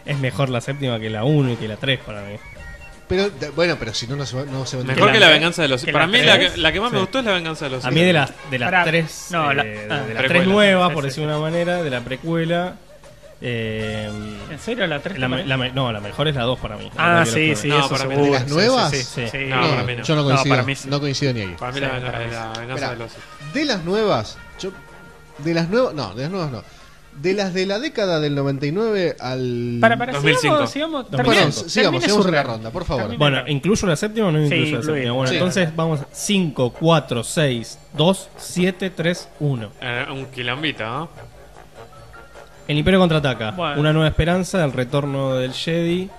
Speaker 3: Es mejor la séptima que la 1 y que la 3 para mí.
Speaker 2: Pero, de- bueno, pero si no, no se va, no se va a
Speaker 4: Mejor
Speaker 5: la
Speaker 4: que la
Speaker 5: tres?
Speaker 4: venganza de los
Speaker 5: ¿Que
Speaker 4: Para
Speaker 5: la
Speaker 4: mí la
Speaker 5: tres?
Speaker 4: que, la que más me
Speaker 3: Sí.
Speaker 4: gustó es la venganza de los
Speaker 3: A mí de las de
Speaker 5: Pará,
Speaker 3: las tres,
Speaker 5: no,
Speaker 3: eh,
Speaker 5: la-
Speaker 3: de,
Speaker 5: ah,
Speaker 3: de las
Speaker 4: precuela.
Speaker 3: tres nuevas,
Speaker 5: Sí,
Speaker 3: por
Speaker 5: sí.
Speaker 3: decir una manera, de la precuela. eh,
Speaker 5: ¿En serio la 3?
Speaker 3: la me- la me- no, la mejor es la 2 para mí. La
Speaker 5: ah,
Speaker 3: verdad que
Speaker 5: sí,
Speaker 3: la-
Speaker 5: sí,
Speaker 4: No,
Speaker 5: eso
Speaker 4: para mí
Speaker 5: seguro.
Speaker 2: ¿De las
Speaker 5: Sí,
Speaker 2: nuevas?
Speaker 5: sí, sí, sí.
Speaker 4: No, para mí no.
Speaker 2: Yo no
Speaker 5: No,
Speaker 2: coincido. No,
Speaker 5: para mí sí.
Speaker 2: coincido ni ahí.
Speaker 4: Para mí
Speaker 5: Sí,
Speaker 4: la,
Speaker 5: para mí
Speaker 4: la- la venganza
Speaker 2: Esperá.
Speaker 4: de los
Speaker 2: De las nuevas, yo. De las nuevas, no, de las nuevas no. De las de la década del 99 al.
Speaker 5: Para, para,
Speaker 4: 2005.
Speaker 5: sigamos, sigamos.
Speaker 3: Perdón,
Speaker 5: termine-
Speaker 2: Perdón,
Speaker 3: termine
Speaker 2: sigamos,
Speaker 5: su
Speaker 2: sigamos en la
Speaker 5: ranking.
Speaker 2: ronda, por favor.
Speaker 5: Termine.
Speaker 3: Bueno, ¿incluyo la séptima o no
Speaker 5: Sí,
Speaker 3: incluyo la
Speaker 5: incluye.
Speaker 3: séptima? Bueno,
Speaker 2: Sí.
Speaker 3: entonces vamos 5, 4, 6, 2, 7, 3, 1.
Speaker 4: Eh, un quilombito, ¿no?
Speaker 3: El Imperio contraataca.
Speaker 5: Bueno.
Speaker 3: Una nueva esperanza, el retorno del Jedi,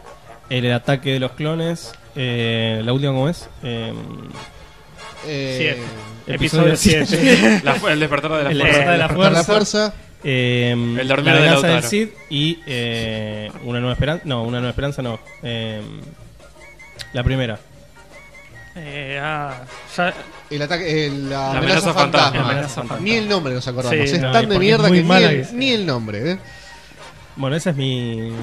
Speaker 3: el ataque de los clones. eh, la última, ¿cómo es? Eh,
Speaker 2: Eh,
Speaker 5: Siete.
Speaker 3: Episodio
Speaker 5: Episodio
Speaker 3: 7.
Speaker 5: 7.
Speaker 4: La fu- el despertar de la
Speaker 3: [laughs] el
Speaker 4: fuerza.
Speaker 3: despertar de la
Speaker 2: Despertar
Speaker 3: fuerza.
Speaker 2: la fuerza.
Speaker 3: eh,
Speaker 4: El dormir de
Speaker 3: la venganza del
Speaker 4: Lautaro.
Speaker 3: Cid y eh, una nueva esperanza. No, una nueva esperanza no. eh, la primera.
Speaker 5: [laughs] Eh, ah, ya,
Speaker 2: El ataque. el- la,
Speaker 4: La
Speaker 2: amenaza
Speaker 4: amenaza
Speaker 2: fantasma.
Speaker 4: fantasma.
Speaker 3: La amenaza fantasma.
Speaker 2: Ni el nombre nos acordamos.
Speaker 5: Sí,
Speaker 2: es
Speaker 3: no,
Speaker 2: tan
Speaker 3: porque
Speaker 2: de
Speaker 3: es
Speaker 2: mierda
Speaker 3: muy
Speaker 2: que ni
Speaker 3: mala
Speaker 2: el,
Speaker 3: que-
Speaker 2: ni el nombre. ¿eh?
Speaker 3: Bueno, esa es mi,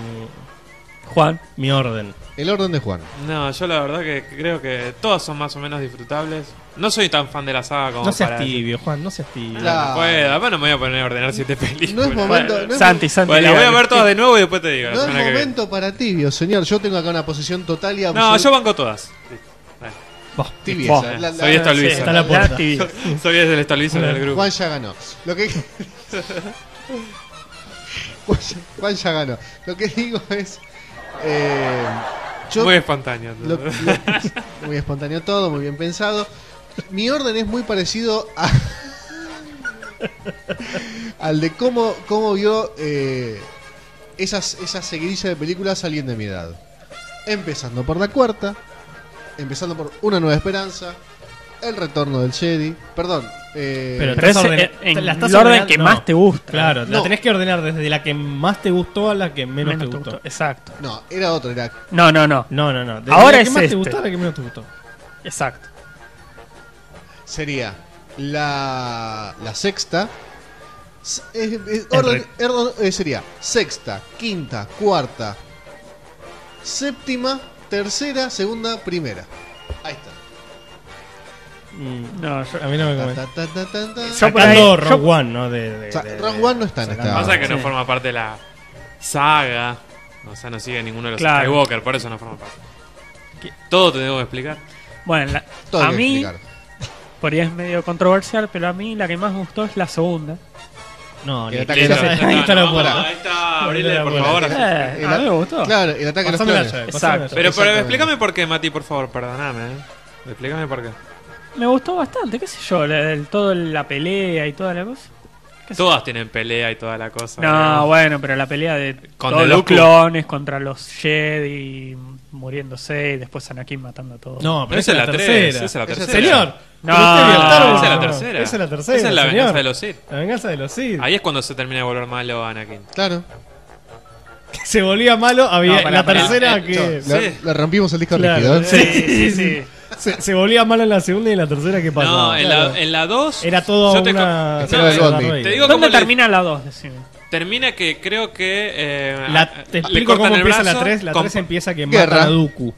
Speaker 5: Juan.
Speaker 3: mi orden.
Speaker 2: El orden de Juan.
Speaker 4: No, yo la verdad que creo que todas son más o menos disfrutables. No soy tan fan de la saga como
Speaker 3: No seas
Speaker 4: para...
Speaker 3: tibio, Juan, no seas tibio.
Speaker 2: La-
Speaker 4: No puedo, bueno, me voy a poner a ordenar siete películas.
Speaker 2: No es momento. no es
Speaker 5: Santi, Santi.
Speaker 4: Bueno, la voy a
Speaker 5: dale.
Speaker 4: ver todas de nuevo y después te digo. la
Speaker 2: No es
Speaker 4: semana que viene.
Speaker 2: momento para tibio, señor. Yo tengo acá una posición total y
Speaker 4: No, yo
Speaker 2: absoluta.
Speaker 4: banco todas. Dale.
Speaker 3: Bah,
Speaker 2: tibieza.
Speaker 5: Vos,
Speaker 2: La- la-
Speaker 4: soy esta
Speaker 2: la-
Speaker 4: Luisa.
Speaker 5: Sí,
Speaker 3: Está la puerta.
Speaker 5: tibia.
Speaker 4: Soy el estalvizo del grupo.
Speaker 2: Juan ya ganó. Lo que. [laughs] Juan ya- Juan ya ganó. Lo que digo es. eh, yo-
Speaker 4: Muy espontáneo.
Speaker 2: lo-
Speaker 4: [laughs]
Speaker 2: lo- muy espontáneo todo, muy bien pensado. Mi orden es muy parecido a. [laughs] al de cómo, cómo vio eh, esas, esas seguidillas de películas alguien de mi edad. Empezando por la cuarta, empezando por Una Nueva Esperanza, El Retorno del Jedi, perdón. eh,
Speaker 3: Pero
Speaker 5: Pero
Speaker 3: Estás
Speaker 5: ese,
Speaker 3: ordenando-
Speaker 5: en
Speaker 3: la estás
Speaker 5: el orden
Speaker 3: ordenando-
Speaker 5: que
Speaker 3: no.
Speaker 5: más te gusta.
Speaker 3: Claro, la
Speaker 2: No.
Speaker 3: tenés que ordenar desde la que más te gustó a la que menos,
Speaker 5: Menos
Speaker 3: te gustó.
Speaker 5: Exacto.
Speaker 2: no, era otro, era
Speaker 5: No, no, no.
Speaker 3: No, no, no. Desde
Speaker 5: Ahora
Speaker 3: la que
Speaker 5: es
Speaker 3: más te
Speaker 5: este.
Speaker 3: gustó a la que menos te gustó.
Speaker 5: Exacto.
Speaker 2: sería la, la sexta. s- eh, eh,
Speaker 3: El
Speaker 2: orden-
Speaker 3: re-
Speaker 2: orden- eh, sería sexta, quinta, cuarta, séptima, tercera, segunda, primera. Ahí está.
Speaker 3: Mm,
Speaker 5: No, yo,
Speaker 3: a mí no me
Speaker 2: Ta,
Speaker 3: convence.
Speaker 2: ta, ta, ta, ta.
Speaker 5: Yo por
Speaker 3: Sacando
Speaker 5: ahí- yo-
Speaker 3: Rogue One, ¿no? De, de-
Speaker 2: O sea,
Speaker 3: de-
Speaker 2: Rogue
Speaker 3: de-
Speaker 2: One no está en
Speaker 3: sacando-
Speaker 2: esta-
Speaker 4: Pasa que no
Speaker 5: sí.
Speaker 4: forma parte de la saga. O sea, no sigue ninguno de los
Speaker 5: Claro.
Speaker 4: Skywalker, por eso no forma parte. ¿Qué? Todo te debo explicar.
Speaker 5: bueno, la-
Speaker 2: Todo hay
Speaker 5: a
Speaker 2: que
Speaker 5: mí,
Speaker 2: explicar.
Speaker 5: por ahí es medio controversial, pero a mí la que más me gustó es la segunda.
Speaker 3: No,
Speaker 2: Que
Speaker 3: ni-
Speaker 2: ataque
Speaker 3: ni-
Speaker 2: los-
Speaker 3: ahí está la
Speaker 4: No,
Speaker 3: puerta.
Speaker 4: Ahí está,
Speaker 3: Abrile
Speaker 4: abrile,
Speaker 3: la
Speaker 4: por
Speaker 3: puerta.
Speaker 4: favor.
Speaker 5: Eh,
Speaker 2: el-
Speaker 5: a mí me gustó.
Speaker 2: Claro, el ataque a los
Speaker 3: Pásame la
Speaker 2: clones.
Speaker 3: llave, pásame la
Speaker 5: Exacto.
Speaker 3: llave.
Speaker 4: Pero, pero
Speaker 2: Exactamente.
Speaker 4: explícame por qué, Mati, por favor, perdóname. ¿eh? Explícame por qué.
Speaker 5: Me gustó bastante, qué sé yo, la, el- todo la pelea y toda la cosa. ¿Qué sé
Speaker 4: Todas tienen pelea y toda la cosa.
Speaker 5: No,
Speaker 4: digamos.
Speaker 5: bueno, pero la pelea de
Speaker 4: Ah, Con
Speaker 5: todos
Speaker 4: The
Speaker 5: los
Speaker 4: Dooku.
Speaker 5: clones contra los Jedi muriéndose y después Anakin matando a todos.
Speaker 3: No, pero
Speaker 4: Esa
Speaker 3: esa es la
Speaker 4: tres,
Speaker 3: tercera.
Speaker 4: esa es la
Speaker 2: Esa es
Speaker 4: tercera. Ah,
Speaker 3: Señor,
Speaker 5: No,
Speaker 3: pero usted vio Star Wars,
Speaker 4: Esa es la
Speaker 3: ¿no?
Speaker 4: tercera.
Speaker 3: Esa es la tercera.
Speaker 4: Esa es la venganza
Speaker 3: señor.
Speaker 4: de los Sith.
Speaker 3: La venganza de los Sith.
Speaker 4: Ahí es cuando se termina de volver malo Anakin.
Speaker 2: Claro.
Speaker 3: Se volvía malo, había
Speaker 5: No, pará,
Speaker 3: la
Speaker 5: pará.
Speaker 3: tercera
Speaker 4: Eh,
Speaker 3: que.
Speaker 4: no.
Speaker 2: Le,
Speaker 4: Sí.
Speaker 2: le rompimos el disco
Speaker 3: Claro.
Speaker 2: rígido. ¿eh?
Speaker 5: Sí, sí, sí.
Speaker 3: [laughs] Se, se volvía malo en la segunda y en la tercera que pasaba.
Speaker 4: no, en,
Speaker 3: Claro.
Speaker 4: la, en la 2.
Speaker 3: Era todo
Speaker 4: yo te
Speaker 3: una.
Speaker 4: co-
Speaker 2: Era
Speaker 4: no,
Speaker 2: el
Speaker 4: eh,
Speaker 2: Bondi.
Speaker 4: te digo cómo
Speaker 5: ¿Dónde
Speaker 4: le-
Speaker 5: termina la 2? Decime.
Speaker 4: termina que creo que. eh,
Speaker 3: La- te
Speaker 4: le
Speaker 3: explico
Speaker 4: cortan
Speaker 3: cómo
Speaker 4: el
Speaker 3: empieza la
Speaker 4: brazo,
Speaker 3: 3. La
Speaker 4: con-
Speaker 3: 3 empieza que
Speaker 2: Guerra.
Speaker 3: matan a Dooku.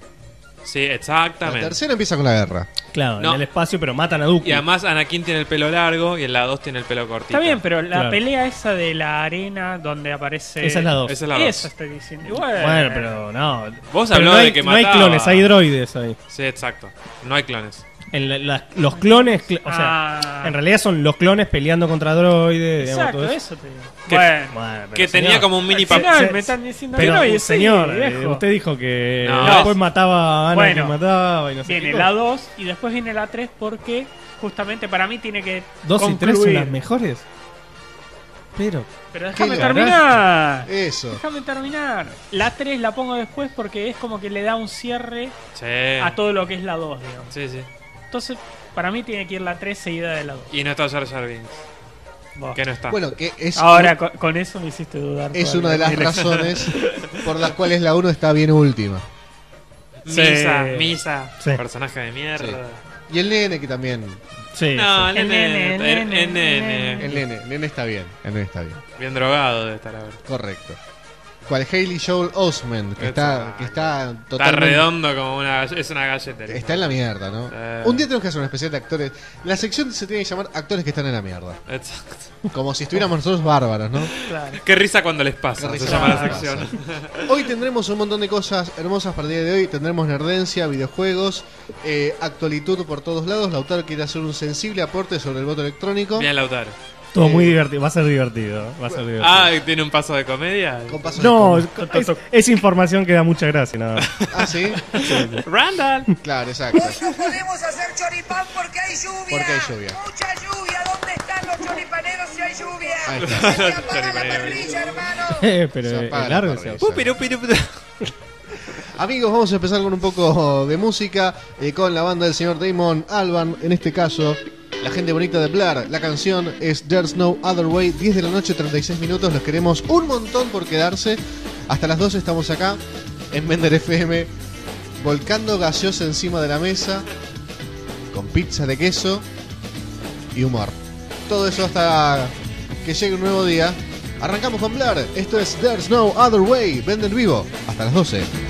Speaker 4: Sí,
Speaker 2: La
Speaker 4: exactamente.
Speaker 2: tercera empieza con la guerra.
Speaker 3: Claro,
Speaker 4: No.
Speaker 3: en el espacio, pero matan a Dooku.
Speaker 4: Y además Anakin tiene el pelo largo y en la 2 tiene el pelo cortito.
Speaker 5: Está bien, pero la
Speaker 3: Claro.
Speaker 5: pelea esa de la arena donde aparece.
Speaker 3: Esa es la 2.
Speaker 4: Esa es la 2.
Speaker 5: Eso estoy diciendo. Y Bueno,
Speaker 3: Bueno, pero no.
Speaker 4: Vos
Speaker 3: Pero
Speaker 4: habló
Speaker 3: no
Speaker 4: de
Speaker 3: hay-
Speaker 4: que
Speaker 3: No hay
Speaker 4: mataba.
Speaker 3: clones, hay droides ahí.
Speaker 4: Sí, exacto. No hay clones.
Speaker 3: En la- la- los clones, cl- o sea,
Speaker 5: Ah,
Speaker 3: en realidad son los clones peleando contra droides. digamos,
Speaker 5: Exacto,
Speaker 3: todo eso.
Speaker 5: eso te digo.
Speaker 4: Que-
Speaker 5: Bueno,
Speaker 3: Bueno, pero
Speaker 4: que tenía
Speaker 3: señor.
Speaker 4: como un mini
Speaker 5: al
Speaker 4: papel.
Speaker 5: final
Speaker 3: se-
Speaker 5: me están diciendo
Speaker 3: Pero,
Speaker 5: que no, y sí,
Speaker 3: señor, eh,
Speaker 5: viejo.
Speaker 3: usted dijo que
Speaker 4: No.
Speaker 3: después mataba a Ana
Speaker 5: Bueno.
Speaker 3: que mataba y no sé
Speaker 5: Viene
Speaker 3: qué
Speaker 5: la
Speaker 3: cosa.
Speaker 5: 2 y después viene la 3 porque justamente para mí tiene que
Speaker 3: Dos y tres son
Speaker 5: concluir.
Speaker 3: las mejores. Pero,
Speaker 5: Pero déjame
Speaker 2: ¿Qué
Speaker 5: terminar.
Speaker 2: Eso.
Speaker 5: Déjame terminar. La 3 la pongo después porque es como que le da un cierre
Speaker 4: Sí.
Speaker 5: a todo lo que es la 2, digamos.
Speaker 4: Sí, sí.
Speaker 5: Entonces, para mí tiene que ir la 3 seguida de la 2.
Speaker 4: Y no está Jar Jar Binks.
Speaker 5: Buah.
Speaker 4: Que no está.
Speaker 2: Bueno, que es,
Speaker 5: Ah. Ahora, con, con eso me hiciste dudar.
Speaker 2: es
Speaker 5: todavía.
Speaker 2: una de
Speaker 5: [laughs]
Speaker 2: las razones por las cuales la 1 está bien última.
Speaker 4: Misa,
Speaker 5: Sí.
Speaker 4: Misa.
Speaker 3: Sí.
Speaker 4: Personaje de mierda.
Speaker 2: Y el nene que también.
Speaker 3: sí.
Speaker 4: No, el
Speaker 5: El
Speaker 4: nene.
Speaker 5: nene,
Speaker 4: El
Speaker 5: el
Speaker 4: el
Speaker 5: nene.
Speaker 4: nene.
Speaker 2: El nene, el nene está bien. El nene está bien.
Speaker 4: Bien drogado de estar ahora.
Speaker 2: Correcto. Cual Hayley Joel Osment, que está,
Speaker 4: Exacto.
Speaker 2: que está
Speaker 4: Está
Speaker 2: totalmente.
Speaker 4: redondo como una. Es una galleta.
Speaker 2: Está en la mierda, ¿no?
Speaker 4: Eh.
Speaker 2: Un día tenemos que hacer una especial de actores. La sección se tiene que llamar actores que están en la mierda.
Speaker 4: Exacto.
Speaker 2: Como si estuviéramos nosotros bárbaros, ¿no?
Speaker 5: Claro.
Speaker 4: Qué risa cuando les
Speaker 2: Qué
Speaker 4: pasa.
Speaker 2: risa
Speaker 4: se llama la
Speaker 2: cuando les
Speaker 4: sección.
Speaker 2: Hoy tendremos un montón de cosas hermosas para el día de hoy. Tendremos nerdencia, videojuegos, eh, actualitud por todos lados. Lautaro quiere hacer un sensible aporte sobre el voto electrónico.
Speaker 4: Bien, Lautaro.
Speaker 3: Todo muy
Speaker 2: Eh,
Speaker 3: divertido. Va a ser divertido. Va a ser divertido.
Speaker 4: Ah, ¿tiene un paso de comedia?
Speaker 2: Con paso de
Speaker 3: no,
Speaker 2: com-
Speaker 3: es, es información que da mucha gracia. nada más.
Speaker 2: Ah, sí.
Speaker 4: ¡Randall!
Speaker 2: Claro, exacto.
Speaker 6: No podemos hacer choripán porque hay lluvia.
Speaker 2: Porque hay lluvia.
Speaker 6: Mucha lluvia. ¿Dónde están los choripaneros si hay lluvia?
Speaker 2: Ahí está.
Speaker 6: Se
Speaker 1: [laughs]
Speaker 6: apaga la
Speaker 4: Choripanero.
Speaker 6: parrilla, hermano.
Speaker 3: Eh, [laughs] pero
Speaker 2: Se
Speaker 3: es
Speaker 2: apaga la
Speaker 3: largo.
Speaker 2: parrilla.
Speaker 3: o sea,
Speaker 4: Pu, piru, piru, piru.
Speaker 2: Amigos, vamos a empezar con un poco de música eh, con la banda del señor Damon Alban. En este caso, la gente bonita de Blair. La canción es There's No Other Way. 10 de la noche, 36 minutos. Los queremos un montón por quedarse. Hasta las 12 estamos acá en Mender FM, volcando gaseosa encima de la mesa, con pizza de queso y humor. Todo eso hasta que llegue un nuevo día. Arrancamos con Blair. Esto es There's No Other Way. Vende en vivo. Hasta las 12.